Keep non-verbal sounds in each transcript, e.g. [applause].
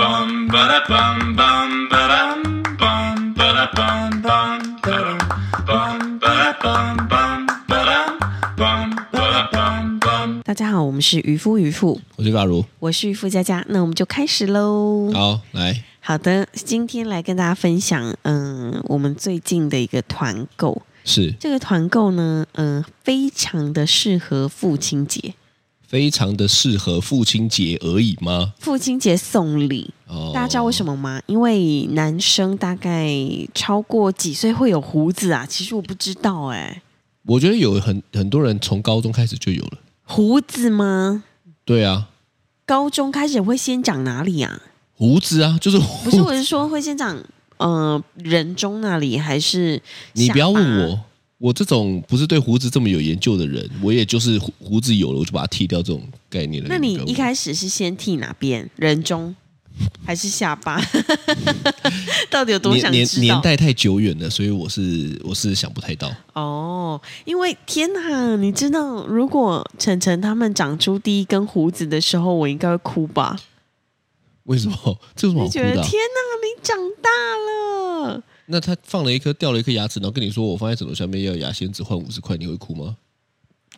bum ba da bum bum ba dum bum ba da bum bum ba dum bum ba da bum bum ba dum bum ba da bum bum 大家好，我们是渔夫渔妇，我是法如，我是渔夫佳佳，那我们就开始喽。好，来，好的，今天来跟大家分享，嗯，我们最近的一个团购。是这个团购呢，嗯，非常的适合父亲节，非常的适合父亲节而已吗？父亲节送礼。哦，大家知道为什么吗？因为男生大概超过几岁会有胡子啊？其实我不知道哎、我觉得有很很多人从高中开始就有了。胡子吗？对啊，高中开始会先长哪里啊？胡子啊，就是不胡是，我是说会先长呃人中那里，还是你不要问下巴。我，我这种不是对胡子这么有研究的人，我也就是胡胡子有了我就把它剃掉这种概念了。那你不要问一开始是先剃哪边？人中还是下巴？ [laughs] 到底有多年想年知年道？代太久远了，所以我是我是想不太到。哦，因为天哪，你知道，如果晨晨他们长出第一根胡子的时候，我应该会哭吧？为什么？这有什么就好哭觉得的啊、天哪，你长大了。那他放了一颗掉了一颗牙齿，然后跟你说我放在枕头下面要有牙仙子换五十块，你会哭吗？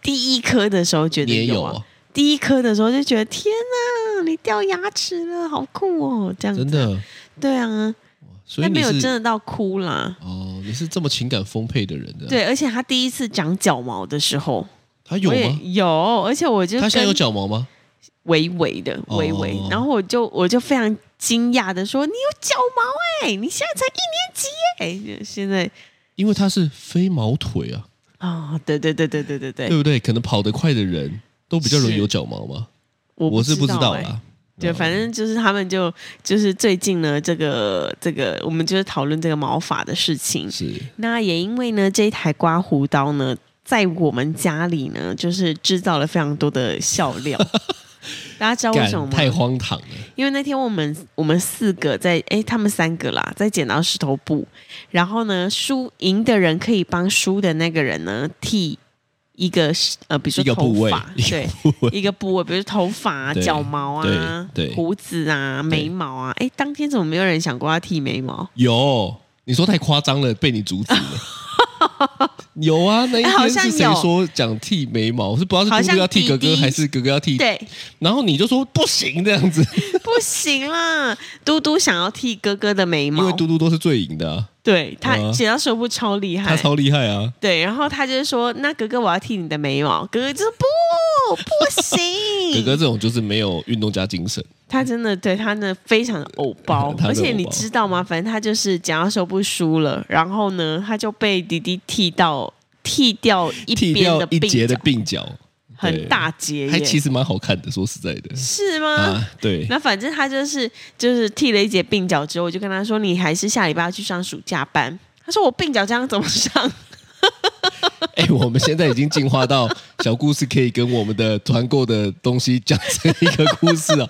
第一颗的时候觉你得也有有啊，第一颗的时候就觉得天哪，你掉牙齿了，好酷哦，这样子真的。对啊，所以但没你有是真的到哭啦。哦，你是这么情感丰沛的人的、，对，而且他第一次长脚毛的时候，他啊有我也吗？有，而且我就他现在有跟脚毛吗？微微的哦微微，然后我就我就非常惊讶的说：“你有脚毛哎、你现在才一年级耶、现在因为他是飞毛腿啊，啊、对对对对对对对对，不对？可能跑得快的人都比较容易是有脚毛嘛。我我是不知道哎啦。对，嗯反正就是他们就就是最近呢，这个这个，我们就是讨论这个毛发的事情。是那也因为呢，这一台刮胡刀呢，在我们家里呢，就是制造了非常多的笑 [laughs] 料。大家知道为什么干太吗？荒唐了。因为那天我们我们四个在哎，他们三个啦，在剪刀石头布，然后呢，输赢的人可以帮输的那个人呢剃一个呃，比如说一个部头位发，一个对，一个部位，比如头发、啊、对脚毛啊、对对胡子啊、眉毛啊。哎，当天怎么没有人想过要剃眉毛？有，你说太夸张了，被你阻止了。 [laughs] 有啊，那一哎好天像是谁有说讲剃眉毛？是不知道好是姑像姑要剃哥弟哥，弟还是哥哥要剃？对，然后你就说不行这样子，不行啦，嘟嘟想要剃哥哥的眉因为毛，嘟嘟都是最赢的啊、对他嗯剪刀手部超厉他害，超厉害啊。对，然后他就说：“那哥哥，我要剃你的眉毛。”哥哥就说：“ [laughs] 不，不哥行。”哥这种就是没有运动家精神，，他真的对他呢非常的偶包 [laughs] 他真的而且你偶包知道吗？反正他就是剪刀手不输了，然后呢，他就被迪迪剃到剃掉一剃边掉的一截鬓的角，鬓角，很大截耶，还其实蛮好看的。说实在的，是吗？啊，[laughs] 对，那反正他就是就是剃了一截鬓角之后，我就跟他说：“你还是下礼拜要去上暑假班。”他说：“我鬓角这样怎么 [laughs] 上哎，我们现在已经进化到小故事可以跟我们的团购的东西讲成一个故 [laughs] 事了。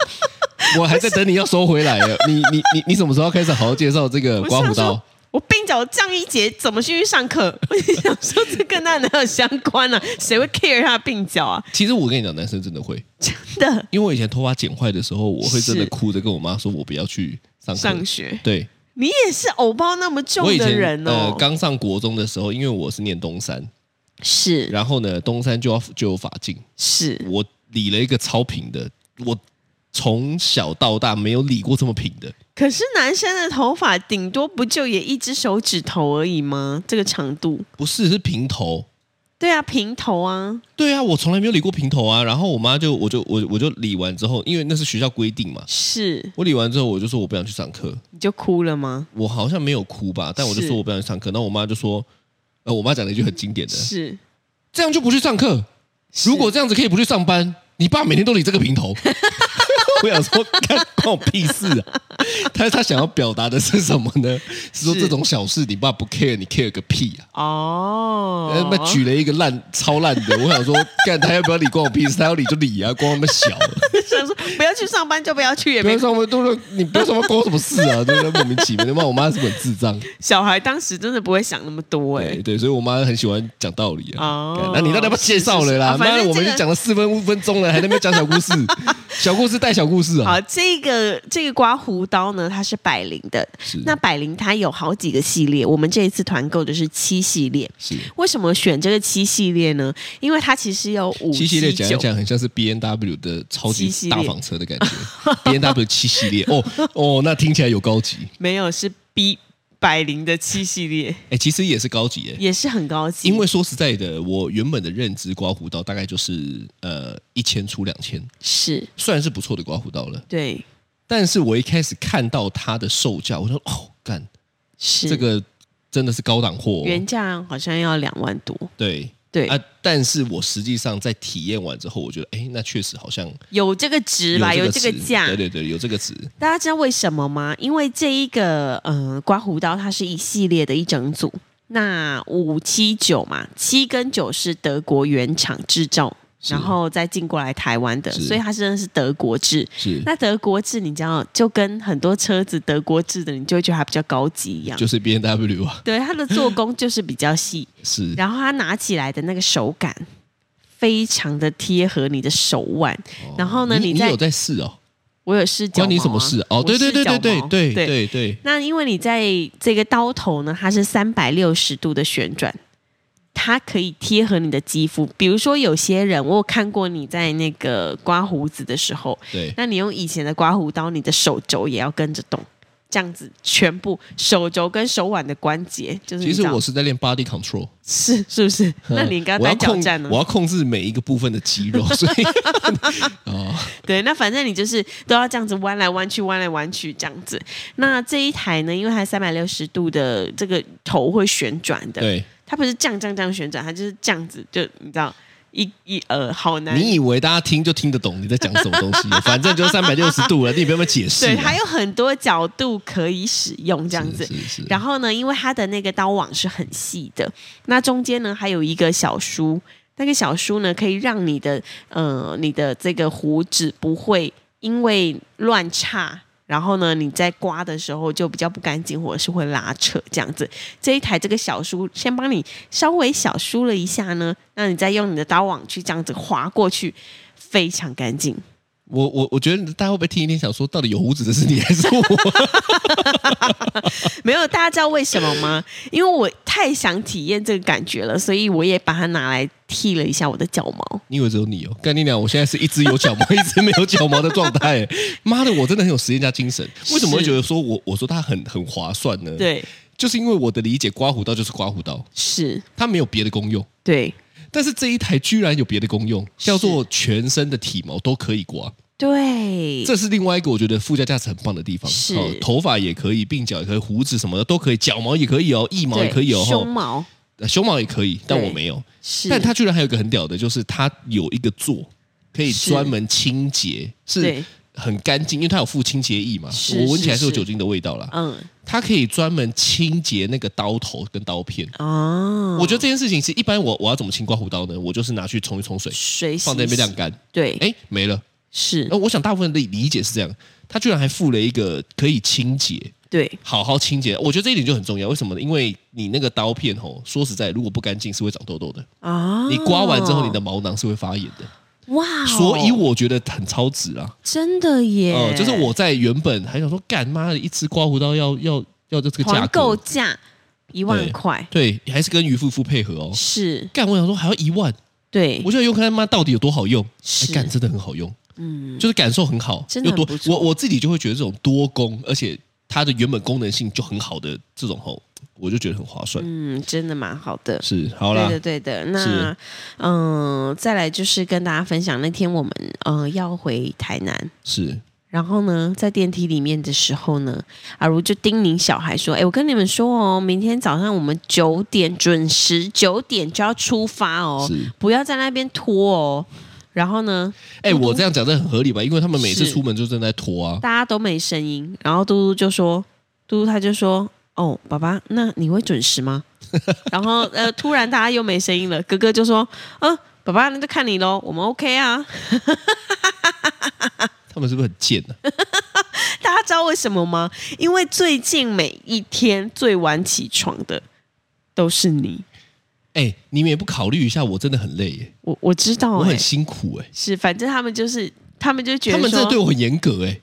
我还在等你要收回来，啊你你你你什么时候开始好好介绍这？”个我刮胡想说刀？我鬓角降一截，怎么去上课？我就想说这跟那哪有相关呢、啊？谁会 care 他的鬓角 [laughs] 啊？其实我跟你讲，男生真的会，真的因为我以前头发剪坏的时候，我会真的是哭着跟我妈说，我不要去上课上。学，对，你也是偶包那么重我以的前人呃哦？刚上国中的时候，因为我是念东山，是然后呢，东山就要就有法镜，是，我理了一个超平的，我从小到大没有理过这么平的，可是男生的头发顶多不就也一只手指头而已吗？这个长度，不是是平头。对啊，平头啊，对啊，我从来没有理过平头啊。然后我妈就，我就我我就理完之后，因为那是学校规定嘛，是我理完之后我就说我不想去上课，你就哭了吗？我好像没有哭吧，但我就是说我不想去上课。然后我妈就说，呃，我妈讲了一句很经典的，是。这样就不去上课。是如果这样子可以不去上班，你爸每天都理这个平头。 [laughs] 我想说，干关我屁事啊！他他想要表达的是什么呢？是说是这种小事你爸不 care，你 care 个屁啊！哦，呃那举了一个烂超烂的，我想说，干他要不要理关我屁事？他要理就理啊，关我们 [laughs] 小。 [laughs] 想说不要去上班就不要去，也不没要上班都是你不要上班关我什么事啊？真的莫名其妙，他妈我妈是不是很智障？小孩当时真的不会想那么多哎、对对，所以我妈很喜欢讲道理啊。哦干那你到底要不要介绍了啦？是是是啊反妈正的，我这们个就讲 [laughs] 了四分五分钟了，还在那边讲小故事，小故事带小故事啊。好，这个这个刮胡屠刀呢，它是百灵的。是那百灵它有好几个系列，我们这一次团购的是七系列。是为什么选这个七系列呢？因为它其实有五七系列讲一九讲，很像是 B N W 的超七级系大列房车的感觉。B N W 七系列，哦哦，那听起来有高级，没有是 B 百灵的七系列，哎、其实也是高级哎、也是很高级。因为说实在的，我原本的认知刮胡刀大概就是呃一千出两千，是虽然是不错的刮胡刀了，对但是我一开始看到它的售价，我说哦，干是这个真的是高档货哦、原价好像要两万多，对对，啊，但是我实际上在体验完之后，我觉得哎，那确实好像有这个值啦，有有这个值价对。对对，有这个值，大家知道为什么吗？因为这一个呃刮胡刀，它是一系列的一整组。那五七九嘛，七跟九是德国原厂制造，是然后再进过来台湾的，是所以它真的是德国制。是那德国制，你知道，就跟很多车子德国制的，你就会觉得它比较高级一样。就是 B N W 啊，对，它的做工就是比较细， [coughs] 是然后它拿起来的那个手感非常的贴合你的手腕。然后呢，你在有在试哦，我有试脚毛、啊，关你什么事？哦，我对对对试对脚对毛对对对对，那因为你在这个刀头呢，它是三百六十度的旋转，它可以贴合你的肌肤。比如说，有些人我有看过你在那个刮胡子的时候，对那你用以前的刮胡刀，你的手肘也要跟着动，这样子全部手肘跟手腕的关节，就是你其实知道我是在练 body [laughs] control，呃是是不 [laughs] 是？那你应该我单要脚控站呢我？要控制每一个部分的肌 [laughs] 肉，所以哦，对，那反正你就是都要这样子弯来弯去，弯来弯去这样子。那这一台呢，因为它三百六十度的这个头会旋转的，对，它不是这样这样这样旋转，它就是这样子，就你知道一一呃，好难。你以为大家听就听得懂你在讲什么东 [laughs] 西？反正就三百六十度了，你也不用解释对，啊。它有很多角度可以使用这样子。是是是然后呢，因为它的那个刀网是很细的，那中间呢还有一个小梳，那个小梳呢可以让你的呃你的这个胡子不会因为乱叉，然后呢你在刮的时候就比较不干净，或者是会拉扯这样子。这一台这个小梳先帮你稍微小梳了一下呢，那你再用你的刀网去这样子划过去，非常干净。我我我觉得大家会不会听一听想说，到底有胡子的是你还是我？没有，大家知道为什么吗？因为我太想体验这个感觉了，所以我也把它拿来剃了一下我的脚毛。你以为只有你哦？干你娘！我现在是一只有脚 [laughs] 毛，一只没有脚毛的状态。妈的，我真的很有实验家精神。为什么会觉得说我我说它很很划算呢？，对，就是因为我的理解，刮胡刀就是刮胡刀，是，它没有别的功用。对，但是这一台居然有别的功用，叫做全身的体毛都可以刮。对，这是另外一个我觉得附加价值很棒的地方。哦是头发也可以，鬓角也可以，胡子什么的都可以，脚毛也可以哦，腋毛也可以哦，对吼胸毛呃胸毛也可以，但对我没有。是，但它居然还有一个很屌的，就是它有一个座可以是专门清洁，是对很干净，因为它有附清洁液嘛。是我闻起来是是有是酒精的味道啦。嗯它可以专门清洁那个刀头跟刀片。哦，我觉得这件事情是一般我我要怎么清刮胡刀呢？我就是拿去冲一冲水，水洗放在那边晾洗干，对，哎，没了。是呃，，我想大部分的理解是这样，它居然还附了一个可以清洁，对，好好清洁。我觉得这一点就很重要，为什么呢？因为你那个刀片吼，说实在，如果不干净是会长痘痘的，啊，你刮完之后你的毛囊是会发炎的，哇哦，所以我觉得很超值啊。真的耶，呃，就是我在原本还想说，干妈的一支刮胡刀要要要这个价团购格，价一对万块，对，还是跟渔夫夫配合哦。是，干，我想说还要一万，对我，就要用看妈到底有多好用。哎，是干真的很好用，嗯，就是感受很好，真的又很多不。错我我自己就会觉得这种多功，而且它的原本功能性就很好的这种吼，我就觉得很划算。嗯，真的蛮好的，是，好啦对，的，对的。是那嗯、再来就是跟大家分享，那天我们呃要回台南，是然后呢，在电梯里面的时候呢，阿如就叮咛小孩说：“哎，我跟你们说哦，明天早上我们九点准时，九点就要出发哦，是。不要在那边拖哦。”然后呢，哎、我这样讲真的很合理吧？因为他们每次嗯是出门就正在 [laughs] 拖啊。大家都没声音，然后嘟嘟就说：“嘟嘟他就说。”哦，爸爸，那你会准时吗？ [laughs] 然后呃，突然大家又没声音了，哥哥就说：“嗯，爸爸，那就看你喽，我们 OK 啊。” [laughs] 他们是不是很贱呢、啊？大家知道为什么吗？因为最近每一天最晚起床的都是你，哎、你们也不考虑一下，我真的很累耶，我我知道、我欸，很辛苦哎、是，反正他们就是他们就觉他得们真的对说，我很严格哎、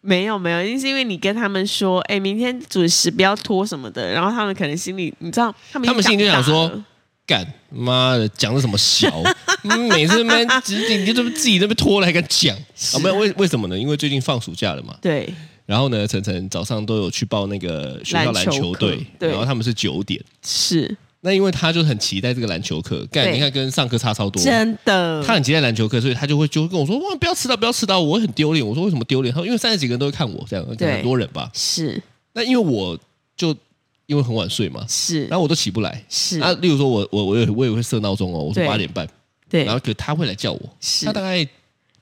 没有没有，因为是因为你跟他们说，哎，明天准时不要拖什么的，然后他们可能心里，你知道，他们他们心里就想已经长大说了。干妈的讲的什么小？ [laughs] 你每次那边只你就这么自己那边拖了还敢讲啊？没有为为什么呢？因为最近放暑假了嘛。对然后呢，晨晨早上都有去报那个学校篮篮球球队课，对然后他们是九点。是那因为他就很期待这个篮球课，干对你看跟上课差超多。真的，他很期待篮球课，所以他就会就会跟我说：“哇，不要迟到，不要迟到，我很丢脸。”我说：“为什么丢脸？”他说：“因为三十几个人都会看我，这样可能对很多人吧。是”那因为我就因为很晚睡嘛，是然后我都起不来。是啊，例如说我我我也我也会设闹钟哦，我说对八点半，对然后可他会来叫我，是他大概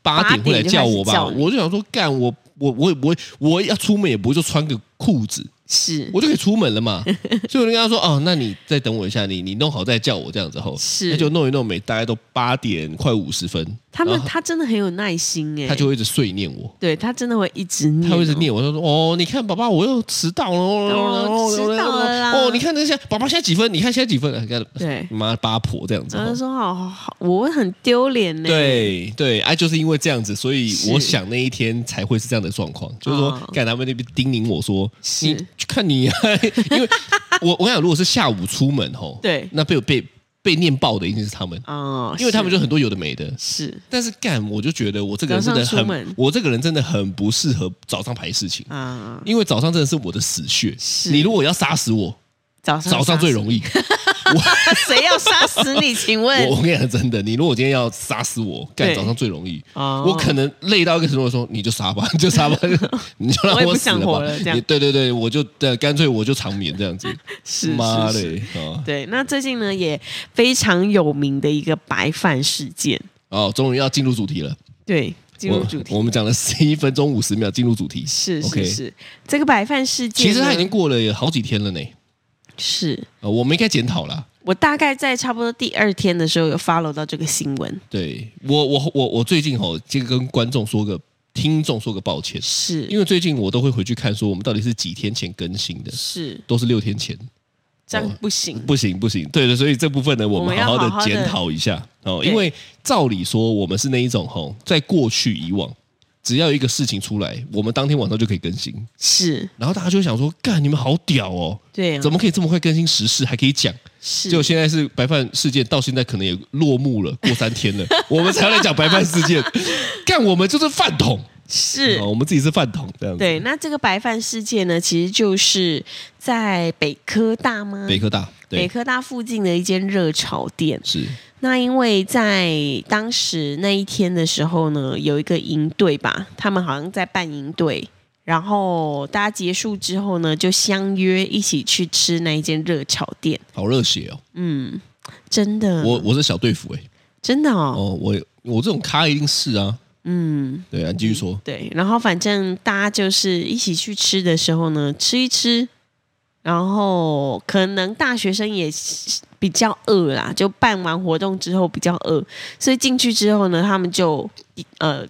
八点会来叫我吧，八点就开始叫你我就想说干我我我我我要出门也不会就穿个裤子，是我就可以出门了嘛，所以我就跟他说哦，那你再等我一下，你你弄好再叫我这样子后，是那就弄一弄，每大概都八点快五十分，他们然后他真的很有耐心哎、他就会一直碎念我。对他真的会一直念、他会一直，念我，他说：“哦，你看，爸爸，我又迟到了，哦哦迟到了啦哦，你看那下，爸爸现在几分？你看现在几分？哎干对妈八婆这样子。然后哦就说好好好，我会很丢脸呢。，对对，啊，就是因为这样子，所以是我想那一天才会是这样的状况，就是说哦，看、他们那边叮咛我说，是你去看你、啊， [laughs] 因为我我跟你讲，如果是下午出门吼，对那被我被被念爆的一定是他们，哦，因为他们是就很多有的没的。是但是干，我就觉得我这个人真的早上出门很，我这个人真的很不适合早上排事情，啊、因为早上真的是我的死穴。是你如果要杀死我，早上早上最容易，易。 [laughs] 谁要杀死你？请问我我跟你讲真的，你如果今天要杀死我，干嗯对早上最容易。哦我可能累到一个程度，说你就杀吧，你 [laughs] 就杀吧，你就让我也不死想了活吧。了这样你对对对，我就对，干脆我就长眠这样子。 [laughs] 是妈是是嘞，哦对，那最近呢也非常有名的一个白饭事件，哦，终于要进入主题了。对，进入主我，题我们讲了十一分钟五十秒，进入主题。是 OK 是是，这个白饭事件其呢实它已经过了好几天了呢，是呃我们应该检讨啦。我大概在差不多第二天的时候有 follow 到这个新闻，对我，我我我最近吼，这个跟观众说个，听众说个抱歉，是因为最近我都会回去看，说我们到底是几天前更新的，是都是六天前。这样不行，不行不行，对的，所以这部分呢，我我们们要好好好好的地检讨一下哦，对因为照理说，我们是那一种吼，在过去以往，只要有一个事情出来，我们当天晚上就可以更新，是然后大家就会想说，干你们好屌哦，对啊，怎么可以这么快更新时事，还可以讲？是结果现在是白饭事件，到现在可能也落幕 [laughs] 了，过三天了，我们才来讲白饭事件，干我们就是饭桶，是哦，我们自己是饭桶这样子。对，，那这个白饭事件呢，其实就是在北科大吗？北科大北对科大附近的一间热炒店。是那因为在当时那一天的时候呢，有一个营队吧，他们好像在办营队，然后大家结束之后呢，就相约一起去吃那一间热炒店。好热血哦，嗯，真的，我我是小队服哎、真的哦，哦，我我这种咖一定是啊，嗯，对啊，你继续说。对，然后反正大家就是一起去吃的时候呢，吃一吃，然后可能大学生也比较饿啦，就办完活动之后比较饿，所以进去之后呢，他们就呃。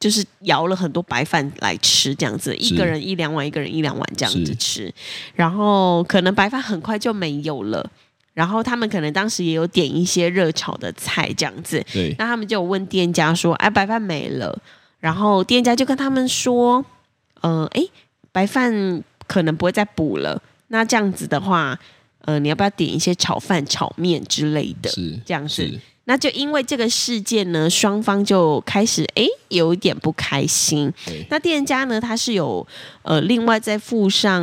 就是舀了很多白饭来吃，这样子，一个人一两碗，一个人一两碗这样子是吃，然后可能白饭很快就没有了，然后他们可能当时也有点一些热炒的菜这样子，对， [laughs] 那他们就有问店家说：“哎，白饭没了。”然后店家就跟他们说：“呃，哎，白饭可能不会再补了。那这样子的话，呃，你要不要点一些炒饭、炒面之类的？是这样子是。那就因为这个事件呢，双方就开始哎有一点不开心。对那店家呢，他是有呃另外再附上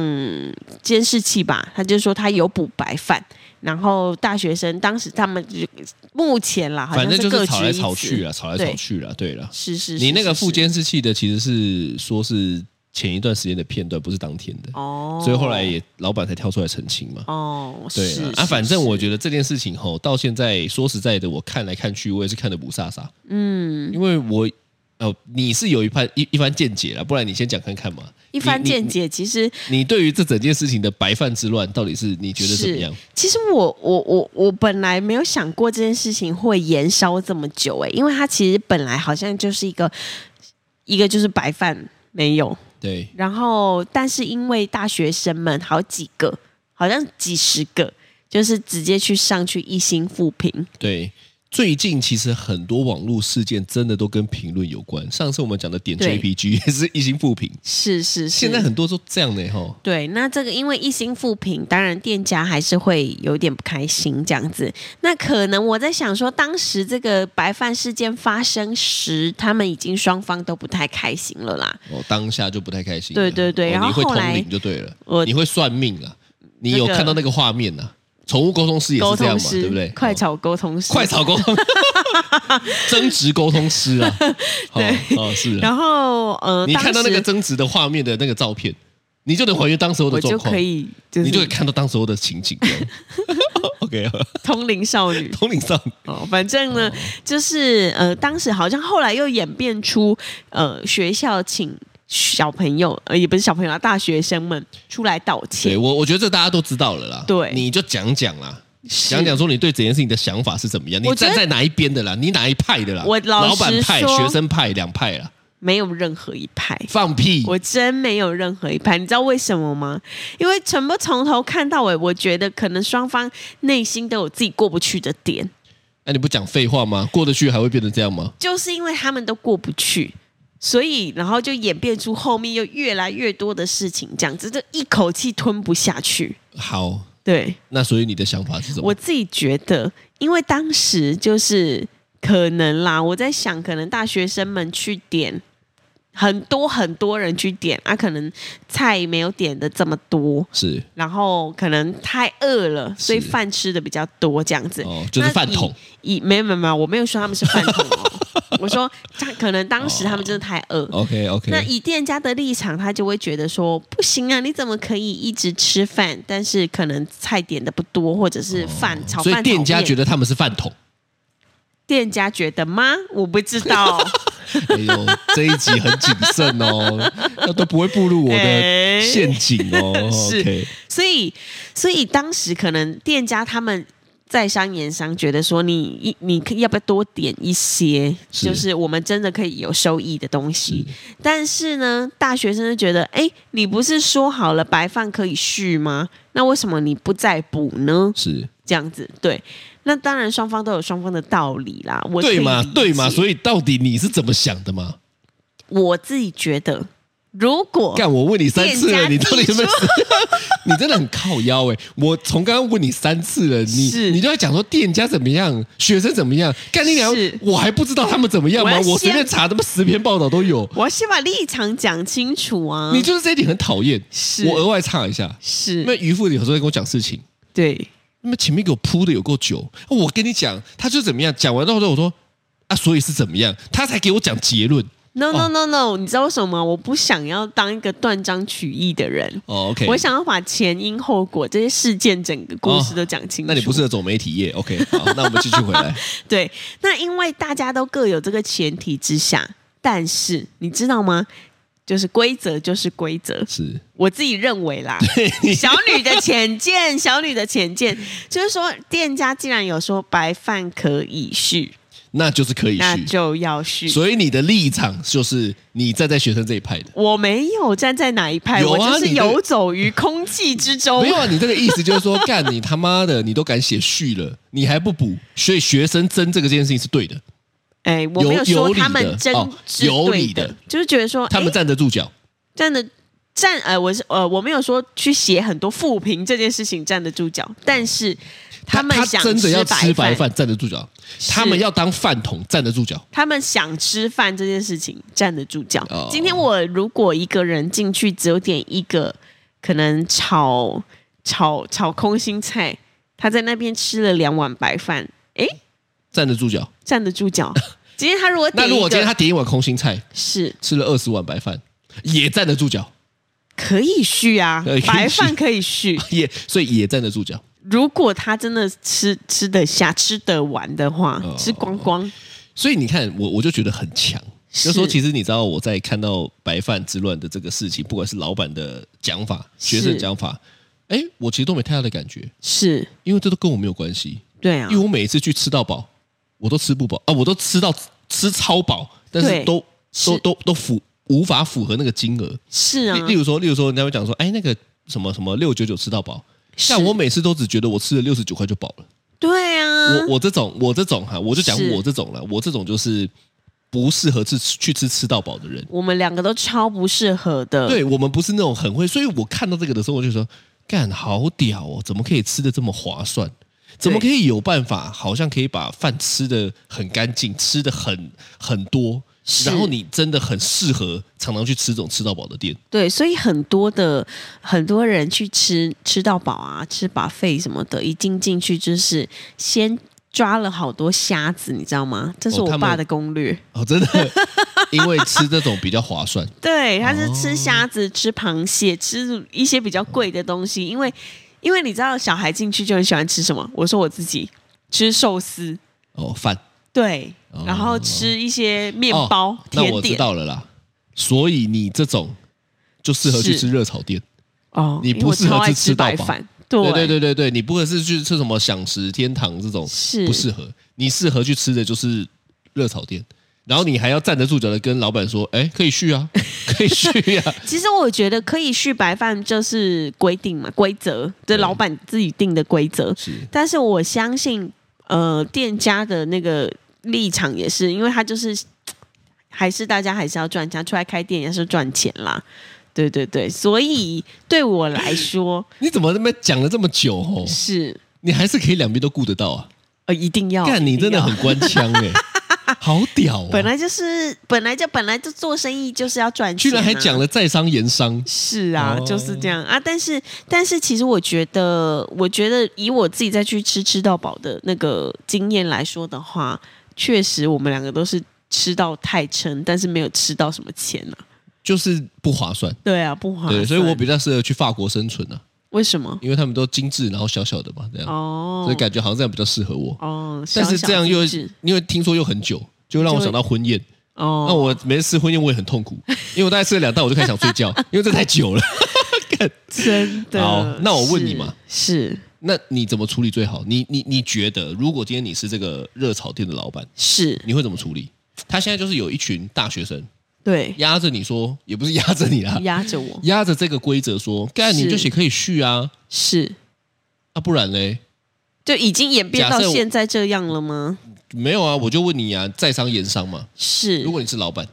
监视器吧，他就说他有补白饭。然后大学生当时他们就目前啦，好反像正就各执是吵来一吵去词，啊，吵来对吵去了，对了。是是是，你那个是副监视器的其实是说是前一段时间的片段，不是当天的是，哦，所以后来也老板才跳出来澄清嘛。哦，对是啊啊，反正我觉得得这件事情吼，到现在说实在的，我看来看去，我也是看的不飒飒，嗯，因为我。哦，你是有一番一一番见解了，不然你先讲看看嘛。一番你见，解，其实你你对于这整件事情的白饭之乱，到底是你觉得怎么是样？其实我我我我本来没有想过这件事情会延烧这么久诶、因为它其实本来好像就是一个一个就是白饭没有，对，然后，但是因为大学生们好几个，好像几十个，就是直接去上去一星复评，对，最近其实很多网络事件真的都跟评论有关。上次我们讲的点对 JPG [laughs] 也是一星复评，是是是，现在很多都这样的哈。对，那这个因为一星复评，当然店家还是会有点不开心这样子。那可能我在想说，当时这个白饭事件发生时，他们已经双方都不太开心了啦。哦，当下就不太开心了。对对对哦然后你会后来通灵就对了，我你会算命啊，你有那个看到那个画面呐、宠物沟通师也沟是这样通嘛，师，对不对？快哦炒沟通师， [laughs] 快炒沟 [laughs] 通，争执沟通师啊，好对哦是啊，然后呃，你看到那个当时争执的画面的那个照片，你就能还原当时候的我状就况可，以就你就会是看到当时候的情景。OK，好哦通灵少女，统领上哦，反正呢，就是呃，当时好像后来又演变出呃，学校请小朋友，呃，也不是小朋友啊，大学生们出来道对歉，我，我觉得这大家都知道了啦。对你就讲讲啦，是讲讲说你对整件事情的想法是怎么样，你我觉得站在哪一边的啦，你哪一派的啦，我老实老板派、说学生派两派啦，没有任何一派。放屁！我真没有任何一派，你知道为什么吗？因为全部从头看到尾，我觉得可能双方内心都有自己过不去的点，哎那、你不讲废话吗？过得去还会变成这样吗？就是因为他们都过不去，所以然后就演变出后面又越来越多的事情，这样子就一口气吞不下去。好，对，那所以你的想法是什么我？自己觉得，因为当时就是可能啦，我在想，可能大学生们去点很多很多人去点啊，可能菜没有点的这么多，是然后可能太饿了，所以饭吃的比较多这样子。哦，就是饭桶。以以没有没有没有，我没有说他们是饭桶 [laughs] 哦，我说他可能当时他们真的太饿。 OK 那 OK，以店家的立场，他就会觉得说，不行啊，你怎么可以一直吃饭，但是可能菜点的不多，或者是饭、炒哦所以饭店家觉得得他们是饭桶。店家觉得吗？我不知 [laughs] 道，哎 [laughs] 呦，这一集很谨慎哦，那都不会步入我的哎陷阱哦。是 OK，所以所以当时可能店家他们。在商言商，觉得说你一你可要不要多点一些，是就是我们真的可以有收益的东西。但是呢，大学生就觉得，哎，你不是说好了白饭可以续吗？那为什么你不再补呢？是。这样子，对。那当然，双方都有双方的道理啦。我对嘛，对嘛，以所以到底你是怎么想的嘛？我自己觉得，如果干，我问你三次了，哦店家你到底有没有提出？ [laughs] 你真的很靠腰哎、我从刚刚问你三次了，你是你就在讲说店家怎么样，学生怎么样，干你娘是！我还不知道他们怎么样吗？我要我先随便查，他妈十篇报道都有。我要先把立场讲清楚啊，你就是这一点很讨厌。是我额外插一下，因是为渔夫有时候在跟我讲事情，对那么前面给我铺的有够久，我跟你讲，他就怎么样，讲完之后我说啊，所以是怎么样，他才给我讲结论。 ，no no no no，你知道为什么吗？我不想要当一个断章取义的人，哦，OK，我想要把前因后果这些事件整个故事都讲清楚。哦那你不适合走媒体业，OK？好， [laughs] 那我们继续回来。对，那因为大家都各有这个前提之下，但是你知道吗？就是规则就是规则，是我自己认为啦，小女的浅见， [laughs] 小女的浅见，就是说，店家既然有说白饭可以续，那就是可以那续。就要续。所以你的立场就是你站在学生这一派的，我没有站在哪一派，有啊我就是你的游走于空气之中没。有啊？你这个意思就是说， [laughs] 干你他妈的，你都敢写序了，你还不补？所以学生争这个这件事情是对的，哎，我没有有有说理他的们真哦是有对理的的，就是觉得说，他们哎站得住脚。站的站，呃，我是呃，我没有说去写很多负评这件事情站得住脚，但是他们他想真的要吃白白饭，饭站得住脚，他们要当饭桶站得住脚。他们想吃饭这件事情站得住脚。哦今天我如果一个人进去只有点一个，可能炒炒炒空心菜，他在那边吃了两碗白饭，诶，站得住脚。站得住 [laughs] 脚。今天他如果点那如一果个今天他点一碗空心菜，是吃了二十碗白饭，也站得住脚， [laughs] 可以续啊可以，续白饭可以续。 [laughs] 也所以也站得住脚。如果他真的吃吃得下、吃得完的话，哦吃光光所以你看，我我就觉得很强。就是说其实你知道，我在看到白饭之乱的这个事情，不管是老板的讲法、是学生的讲法，哎，我其实都没太大的感觉，是，因为这都跟我没有关系。对啊因为，我每一次去吃到饱，我都吃不饱啊，我都吃到吃超饱，但是对都都是都都符无法符合那个金额。是啊例，例如说，例如说，人家会讲说，哎，那个什么什么六九九吃到饱，是但我每次都只觉得我吃了六十九块就饱了，对啊，啊，我我这种我这种哈，我就讲是我这种了，我这种就是不适合吃去吃吃到饱的人。我们两个都超不适合的。对我们不是那种很会，所以我看到这个的时候，我就说，干好屌哦，怎么可以吃的这么划算？怎么可以有办法，好像可以把饭吃的很干净，吃的很很多，是然后你真的很适合常常去吃这种吃到饱的店。对，所以很多的很多人去吃吃到饱啊，吃把费什么的，一进进去就是先抓了好多虾子，你知道吗？这是哦我他们爸的攻略。哦，[laughs] 真的，因为吃这种比较划算。对，他是哦吃虾子、吃螃蟹、吃一些比较贵的东西，因为因为你知道小孩进去就很喜欢吃什么？我说我自己吃寿司，哦，饭对，哦然后吃一些面哦包、那我甜知点。道了啦。所以你这种就适合去是吃热炒店。哦，你因为不我适合超爱吃吃吃到白饱饭，对对对对对，你不合适去吃什么享食天堂这种，是不适合。你适合去吃的就是热炒店，然后你还要站得住脚的跟老板说，哎，可以续啊， [laughs] 可以续啊。其实我觉得可以续白饭，就是规定嘛，规则，这老板自己定的规则。是但 [laughs] 是我相信，呃，店家的那个立场也是，因为他就是还是大家还是要赚钱，出来开店也是赚钱啦。对对对，所以对我来说你怎么那么讲了这么久哦？是你还是可以两边都顾得到啊。呃一定要干，你真一定的要很官 [laughs] 腔哎、好屌哦！本来就是本来就本来就做生意就是要赚钱、啊，居然还讲了在商言商，是啊，哦就是这样啊。但是，但是，其实我觉得，我觉得以我自己再去吃吃到饱的那个经验来说的话，确实我们两个都是吃到太撑，但是没有吃到什么钱啊。就是不划算。对啊，不划算。对，所以我比较适合去法国生存啊，为什么？因为他们都精致，然后小小的嘛，这样，哦，所以感觉好像这样比较适合我。哦，但是小小这样又精致因为听说又很久，就让我想到婚宴。哦，那我每次吃婚宴我也很痛苦，因为我大概吃了两道我就开始想睡 [laughs] 觉，因为这太久了。真的好那我问你是嘛，是那你怎么处理最好？你你你觉得，如果今天你是这个热炒店的老板，是，你会怎么处理？他现在就是有一群大学生对，压着你说，也不是压着你啦，压着我压着这个规则说，干是你就写可以续啊，是，啊不然嘞，就已经演变到假设我现在这样了吗？没有啊，我就问你啊，在商言商嘛，是如果你是老板，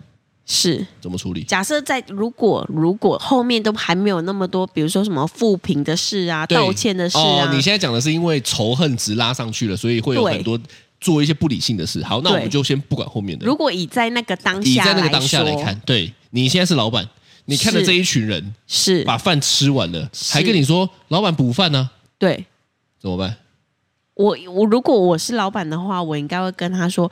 是。怎么处理？假设在如果如果后面都还没有那么多，比如说什么负评的事啊、对道歉的事啊，哦，你现在讲的是因为仇恨值拉上去了，所以会有对很多做一些不理性的事。好，那我们对就先不管后面的如。果以在那个当你下在那个当下来来说看，对你现在是老板，你看着是这一群人是把饭吃完了，是还跟你说老板补饭呢、对。怎么办？我我如果我是老板的话，我应该会跟他说，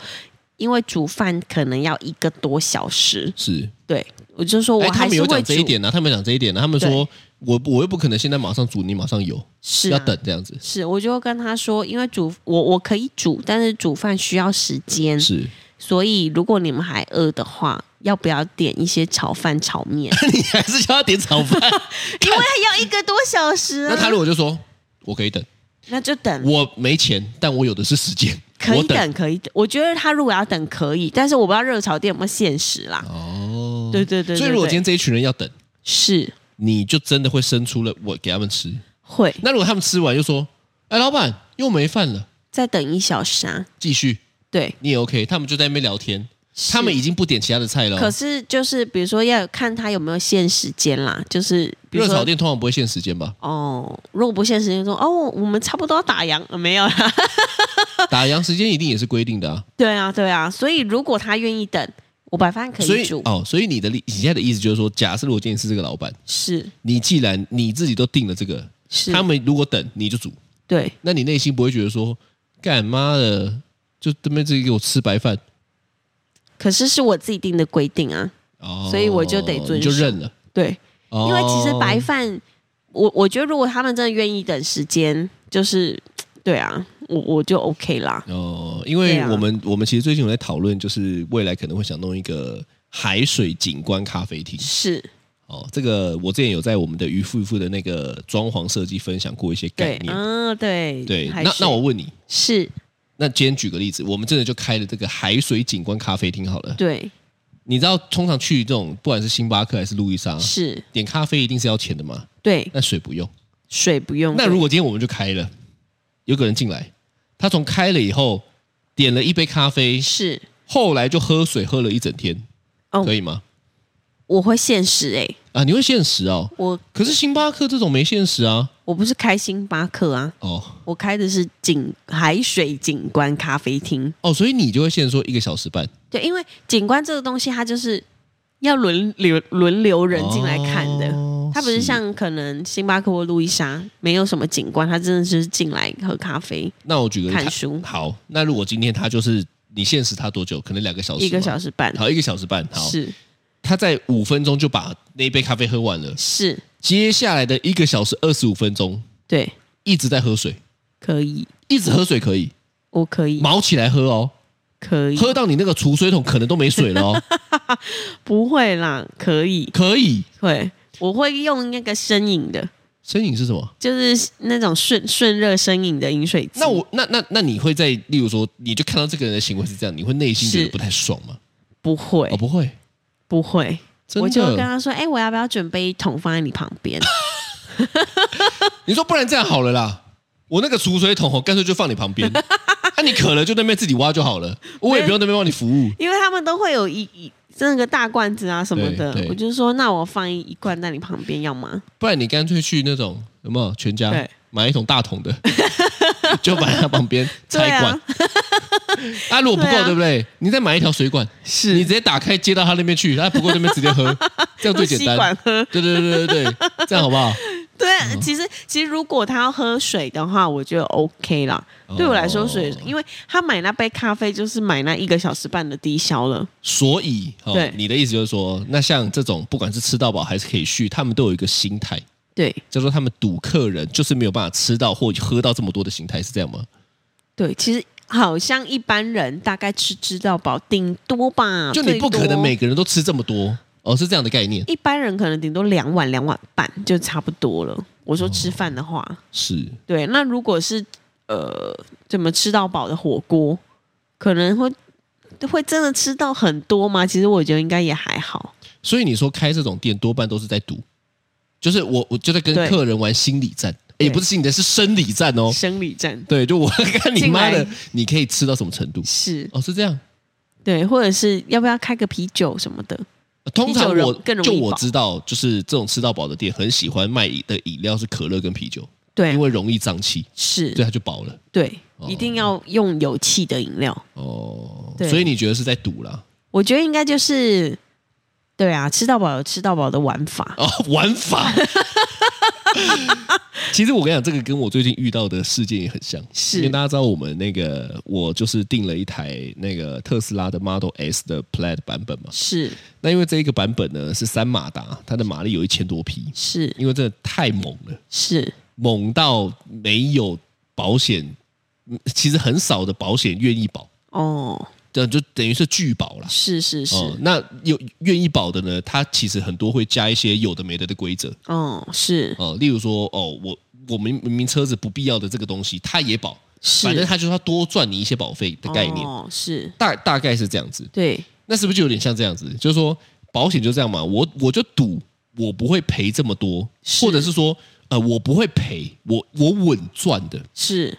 因为煮饭可能要一个多小时，是，对我就说我哎，他还们是有会讲煮，这一点呢、他们有讲这一点啊呢、他们说我我又不可能现在马上煮，你马上有，是、啊、要等这样子。是，我就会跟他说，因为煮我我可以煮，但是煮饭需要时间，是， [laughs] 所以如果你们还饿的话，要不要点一些炒饭、炒面？你还是叫他点炒 [laughs] 饭。因为要一个多小时、啊。那他如果就说我可以等，那就等，我没钱，但我有的是时间，嗯 [laughs] 可我以等，可以等。我觉得他如果要等可以，但是我不知道热炒店有没有限时啦。哦，对对对对所以如果对今天这一群人要等，是你就真的会生出了我给他们吃。会那如果他们吃完又说，哎，老板又没饭了，再等一小时啊。继续，对，你也 OK。他们就在那边聊天，是他们已经不点其他的菜了哦。可是就是比如说要看他有没有限时间啦，就是比如热说炒店通常不会限时间 [laughs] 吧？哦，如果不限时间说哦，我们差不多要打烊、呃没有啦。 [laughs] 打烊时间一定也是规定的啊。对啊，对啊。所以如果他愿意等，我白饭可所以煮。哦，所以你的你现在的意思就是说，假设如果今天是这个老板，是你既然你自己都定了这个，是，他们如果等你就煮，对那你内心不会觉得说，干妈的就这边自己给我吃白饭可是是我自己定的规定啊。哦，所以我就得遵你就守认了。哦对，因因为其实白饭，我我觉得如果他们真的愿意等时间，就是对啊，我我就 OK 啦。哦，因对为啊我们、我们其实最近有在讨论，就是未来可能会想弄一个海水景观咖啡厅。是哦，这个我之前有在我们的渔夫渔夫的那个装潢设计分享过一些概对，念。嗯，对对，海那水那我问你，是那今天举个例子，我们真的就开了这个海水景观咖啡厅好了。对你知道，通常去这种不管是星巴克还是路易莎，是，点咖啡一定是要钱的嘛，对那水不用。水不用。那如果今天我们就开了，有个人进来，他从开了以后点了一杯咖啡，是后来就喝水喝了一整天，哦可以吗？我会限时哎、啊，你会限时哦。我可是星巴克这种没限时啊。我不是开星巴克啊，哦我开的是景海水景观咖啡厅。哦，所以你就会限说一个小时半。对，因为景观这个东西，它就是要轮流轮流人进来看的。哦它不是像可能星巴克或路易莎没有什么景观，它真的就是进来喝咖啡、那我举个例看他书，好，那如果今天他就是你限时他多久？可能两个小时，一个小时，时半。好，一个小时半，好，是他在五分钟就把那一杯咖啡喝完了，是，接下来的一个小时二十五分钟对，一直在喝水，可以，一直喝水可以，我可以，毛起来喝哦，可以，喝到你那个储水桶可能都没水 [laughs] 了哦，不会啦，可以，可以。会，我会用那个生饮的，身影是什么？就是那种顺顺热生饮的饮水机。那我那那那你会在，例如说，你就看到这个人的行为是这样，你会内心觉得是不太爽吗？不会哦，，不会，不会，真我就跟的。他说，哎、我要不要准备一桶放在你旁 [laughs] 边？你说不然这样好了啦，我那个储水桶哦，干脆就放你 [laughs] 旁边，啊，你渴了就那边自己挖就好了，我也不用那边帮你服务。因为他们都会有一一那个大罐子啊什么的对，对我就说那我放一一罐在你旁边要吗？不然你干脆去那种有没有全家对买一桶大 [laughs] 桶的，就摆在它旁边对拆啊罐。，啊，如果不对够，啊对不对？你再买一条水管，是你直接打开接到他那边去，啊他不够那边直接 [laughs] 喝，这样最简吸管单。嗯喝。对对对 [laughs] 对对，这样好不好？对啊，其实其实如果他要喝水的话，我觉得 OK 啦。哦对我来说水，因为他买那杯咖啡就是买那一个小时半的低消了。所以，哦对，你的意思就是说，那像这种不管是吃到饱还是可以续，他们都有一个心态，对叫做他们赌客人就是没有办法吃到或喝到这么多的心态，是这样吗？对，其实好像一般人大概吃吃到饱，顶多吧，就你不可最多能每个人都吃这么多，哦，是这样的概念。啊一般人可能顶多两碗两碗半就差不多了。我说吃饭的话，是，对，那如果是呃，怎么吃到饱的火锅，可能会会真的吃到很多吗？其实我觉得应该也还好。所以你说开这种店多半都是在赌，就是我我就在跟对客人玩心理战，诶也不是心理战，是生理战哦。生理战对，就我看你妈的进，你可以吃到什么程度？是哦，是这样。对，或者是要不要开个啤酒什么的？呃通常啤酒我容更容易就我饱知道，就是这种吃到饱的店很喜欢卖的饮料是可乐跟啤酒，对因，为容易胀气，是所以，他就饱了。对，哦一定要用有气的饮料。哦，对所以你觉得是在赌啦？我觉得应该就是，对啊，吃到饱有吃到饱的玩法。哦，玩法。 [laughs] 其实我跟你讲，这个跟我最近遇到的事件也很像，是因为大家知道我们那个，我就是订了一台那个特斯拉的 Model S 的 Plaid 版本嘛。是那因为这一个版本呢是三马达，它的马力有一千多匹，是因为真的太猛了，是，猛到没有保险，嗯其实很少的保险愿意保，哦，这就等于是拒保啦。是是是，哦，那有愿意保的呢，它其实很多会加一些有的没的的规则。哦，是哦，例如说，哦，我我明明明车子不必要的这个东西，它也保，是，反正它就是要多赚你一些保费的概念，哦，是大大概是这样子。对，那是不是就有点像这样子？就是说，保险就这样嘛，我我就赌我不会赔这么多，是或者是说，呃，我不会赔，我我稳赚的是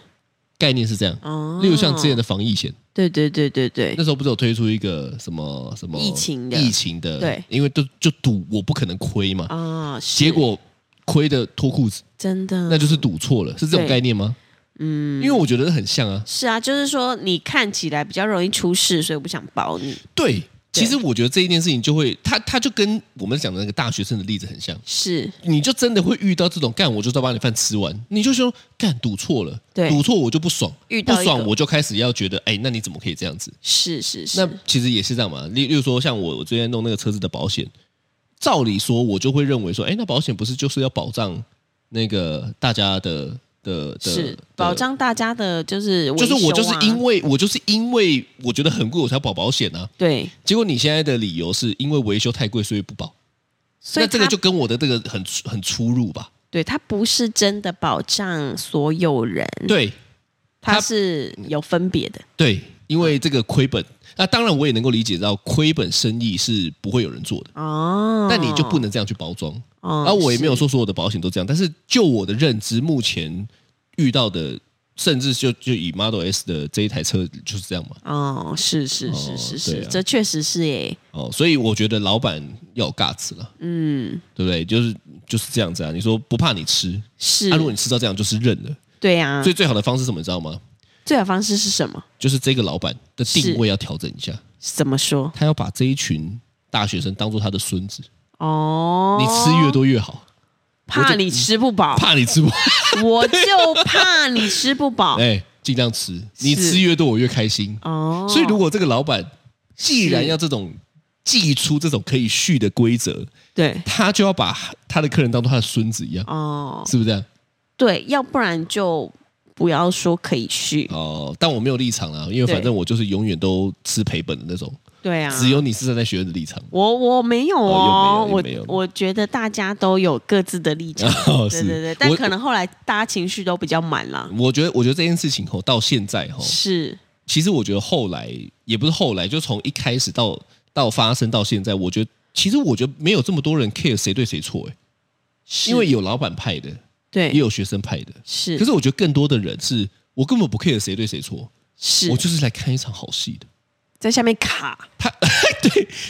概念是这样。哦，例如像之前的防疫险，对对对对对那时候不是有推出一个什么什么疫情的疫情的，对因为都就赌我不可能亏嘛，啊，是结果亏的脱裤子，真的那就是赌错了，是这种对概念吗？嗯，因为我觉得很像啊。是啊，就是说你看起来比较容易出事，所以我不想保你。对，其对实我觉得这一件事情就会，它它就跟我们讲的那个大学生的例子很像，是你就真的会遇到这种干，我就是要把你饭吃完，你就说干赌错了，对赌错我就不爽，遇不到一个爽我就开始要觉得，哎，那你怎么可以这样子？是是是，那其实也是这样嘛，例例如说像我我最近弄那个车子的保险，照理说我就会认为说，哎，那保险不是就是要保障那个大家的的的是的保障大家的，就是就是维修我就是啊因为我就是因为我觉得很贵我才保保险啊。对，结果你现在的理由是因为维修太贵所以不保，所以那这个它就跟我的这个很很出入吧？对它不是真的保障所有人，对它它是有分别的。对，因为这个亏本，那当然我也能够理解到亏本生意是不会有人做的，哦，但你就不能这样去包装。啊哦，而我也没有是说所有的保险都这样，但是就我的认知，目前遇到的甚至就就以 Model S 的这一台车就是这样嘛。哦，是是是是哦对是，啊这确实是诶，哦，所以我觉得老板要有 guts 了，嗯，对不对？就是就是这样子啊。你说不怕你吃，是那、如果你吃到这样就是认了。对啊所，以最好的方式是什么，你知道吗？最好方式是什么？就是这个老板的是定位要调整一下，怎么说？他要把这一群大学生当做他的孙子，哦，你吃越，多越好，怕你吃不饱，怕你吃不，我就怕你吃不饱。 [laughs] 哎，尽量吃，你是吃越多我越开心。哦，所以如果这个老板既然是要这种祭出这种可以续的规则，对，他就要把他的客人当做他的孙子一样，哦，是不是这样？对，要不然就不要说可以续。哦，但我没有立场啦，因为反对正我就是永远都吃赔本的那种，对啊，只有你是站在学院的立场。我我没有哦哦，又没有又没有我我觉得大家都有各自的立场。 [laughs] 哦，对是，对对，但我嗯可能后来大家情绪都比较满了。我觉得，我觉得这件事情吼，到现在吼，是，其实我觉得后来也不是后来，就从一开始到到发生到现在，我觉得其实我觉得没有这么多人 care 谁对谁错，哎，是因为有老板派的，也对有学生派的，是，可是我觉得更多的人是我根本不 care 谁对谁错，是我就是来看一场好戏的。在下面卡，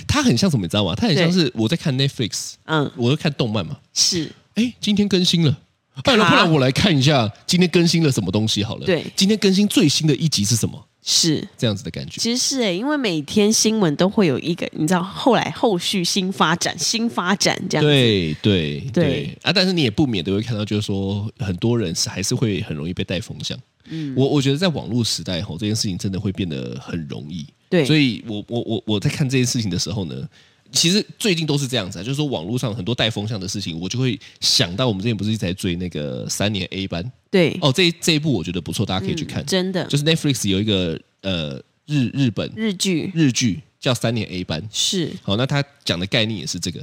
它很像什么，你知道吗？它很像是我在看 Netflix，嗯，我在看动漫嘛。是哎，今天更新了，哎，那不然我来看一下今天更新了什么东西好了。对今天更新最新的一集是什么？是，这样子的感觉。其实是诶，欸因为每天新闻都会有一个，你知道，后来后续新发展、新发展这样子。对对对啊！但是你也不免的会看到，就是说很多人是还是会很容易被带风向。嗯，我我觉得在网络时代吼，这件事情真的会变得很容易。对所以我我我我在看这件事情的时候呢，其实最近都是这样子啊，就是说网络上很多带风向的事情，我就会想到我们之前不是一直在追那个三年 A 班对，嗯哦，这这一部我觉得不错，大家可以去看，真的就是 Netflix 有一个呃日日本日剧日剧叫三年 A 班，是好，那他讲的概念也是这个，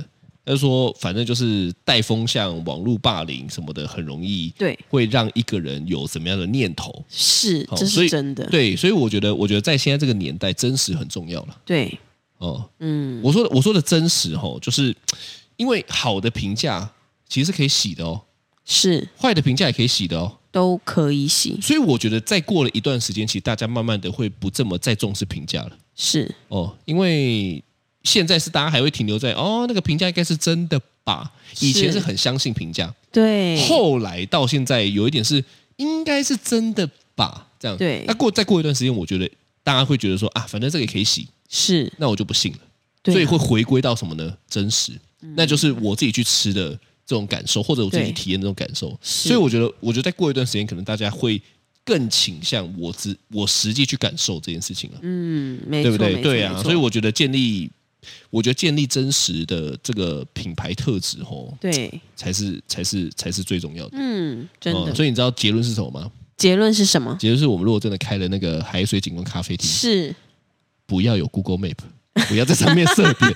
他就说反正就是带风向、网络霸凌什么的，很容易对会让一个人有什么样的念头。是，好这所以是真的。对，所以我觉得，我觉得在现在这个年代，真实很重要了。对，哦，嗯，我说的我说的真实哦，就是因为好的评价其实是可以洗的哦，是坏的评价也可以洗的哦。都可以洗，所以我觉得，再过了一段时间，其实大家慢慢的会不这么再重视评价了。是哦，因为现在是大家还会停留在哦，那个评价应该是真的吧？以前是是嗯很相信评价，对，后来到现在有一点是应该是真的吧？这样对那过再过一段时间，我觉得大家会觉得说啊，反正这个也可以洗，是，那我就不信了。对啊嗯所以会回归到什么呢？真实，那就是我自己去吃的这种感受，或者我自己去对体验这种感受。是所以我觉得，我觉得再过一段时间，可能大家会更倾向我自我实际去感受这件事情了。嗯，没对错，不对？没错对没啊，错所以我觉得建立，我觉得建立真实的这个品牌特质哦，对，才是才是才是最重要的。嗯，真的。嗯所以你知道结论是什么吗？结论是什么？结论是我们如果真的开了那个海水景观咖啡厅，是不要有 Google Map，不要在上面 [laughs] 设点。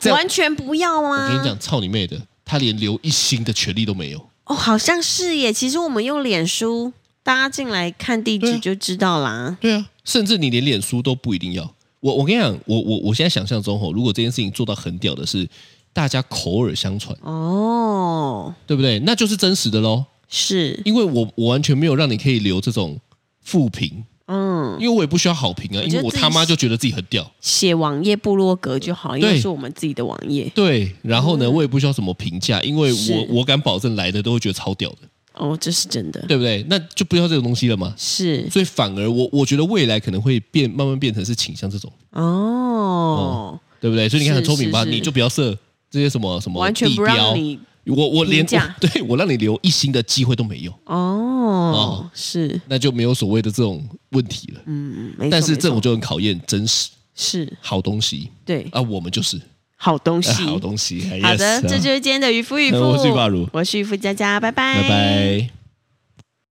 这样完全不要啊吗？我跟你讲，操你妹的，他连留一星的权利都没有。哦，好像是耶。其实我们用脸书，大家进来看地对啊址就知道啦。对啊，甚至你连脸书都不一定要。我我跟你讲，我我我现在想象中吼，如果这件事情做到很屌的是，大家口耳相传，哦，对不对？那就是真实的喽。是，因为我我完全没有让你可以留这种负评，嗯，因为我也不需要好评啊，我因觉得为我自己他妈就觉得自己很屌。写网页部落格就好，因对为是我们自己的网页。对，然后呢，我也不需要什么评价，因为嗯是我我敢保证来的都会觉得超屌的，哦，这是真的，对不对？那就不要这种东西了嘛。是所以反而我我觉得未来可能会变，慢慢变成是倾向这种，哦，对不对？所以你看是很聪明吧，是是你就不要设这些什么什么完全地不标让，你我我连评价我对 [laughs] 我让你留一星的机会都没有，哦哦，是，那就没有所谓的这种问题了。嗯，没错但是这种没错就很考验真实是好东西对啊，我们就是。好东西哎， [laughs] 好东西。好的， yes，呃这就是今天的渔夫渔夫。我是玉霸如我是渔夫佳佳，拜拜，拜拜。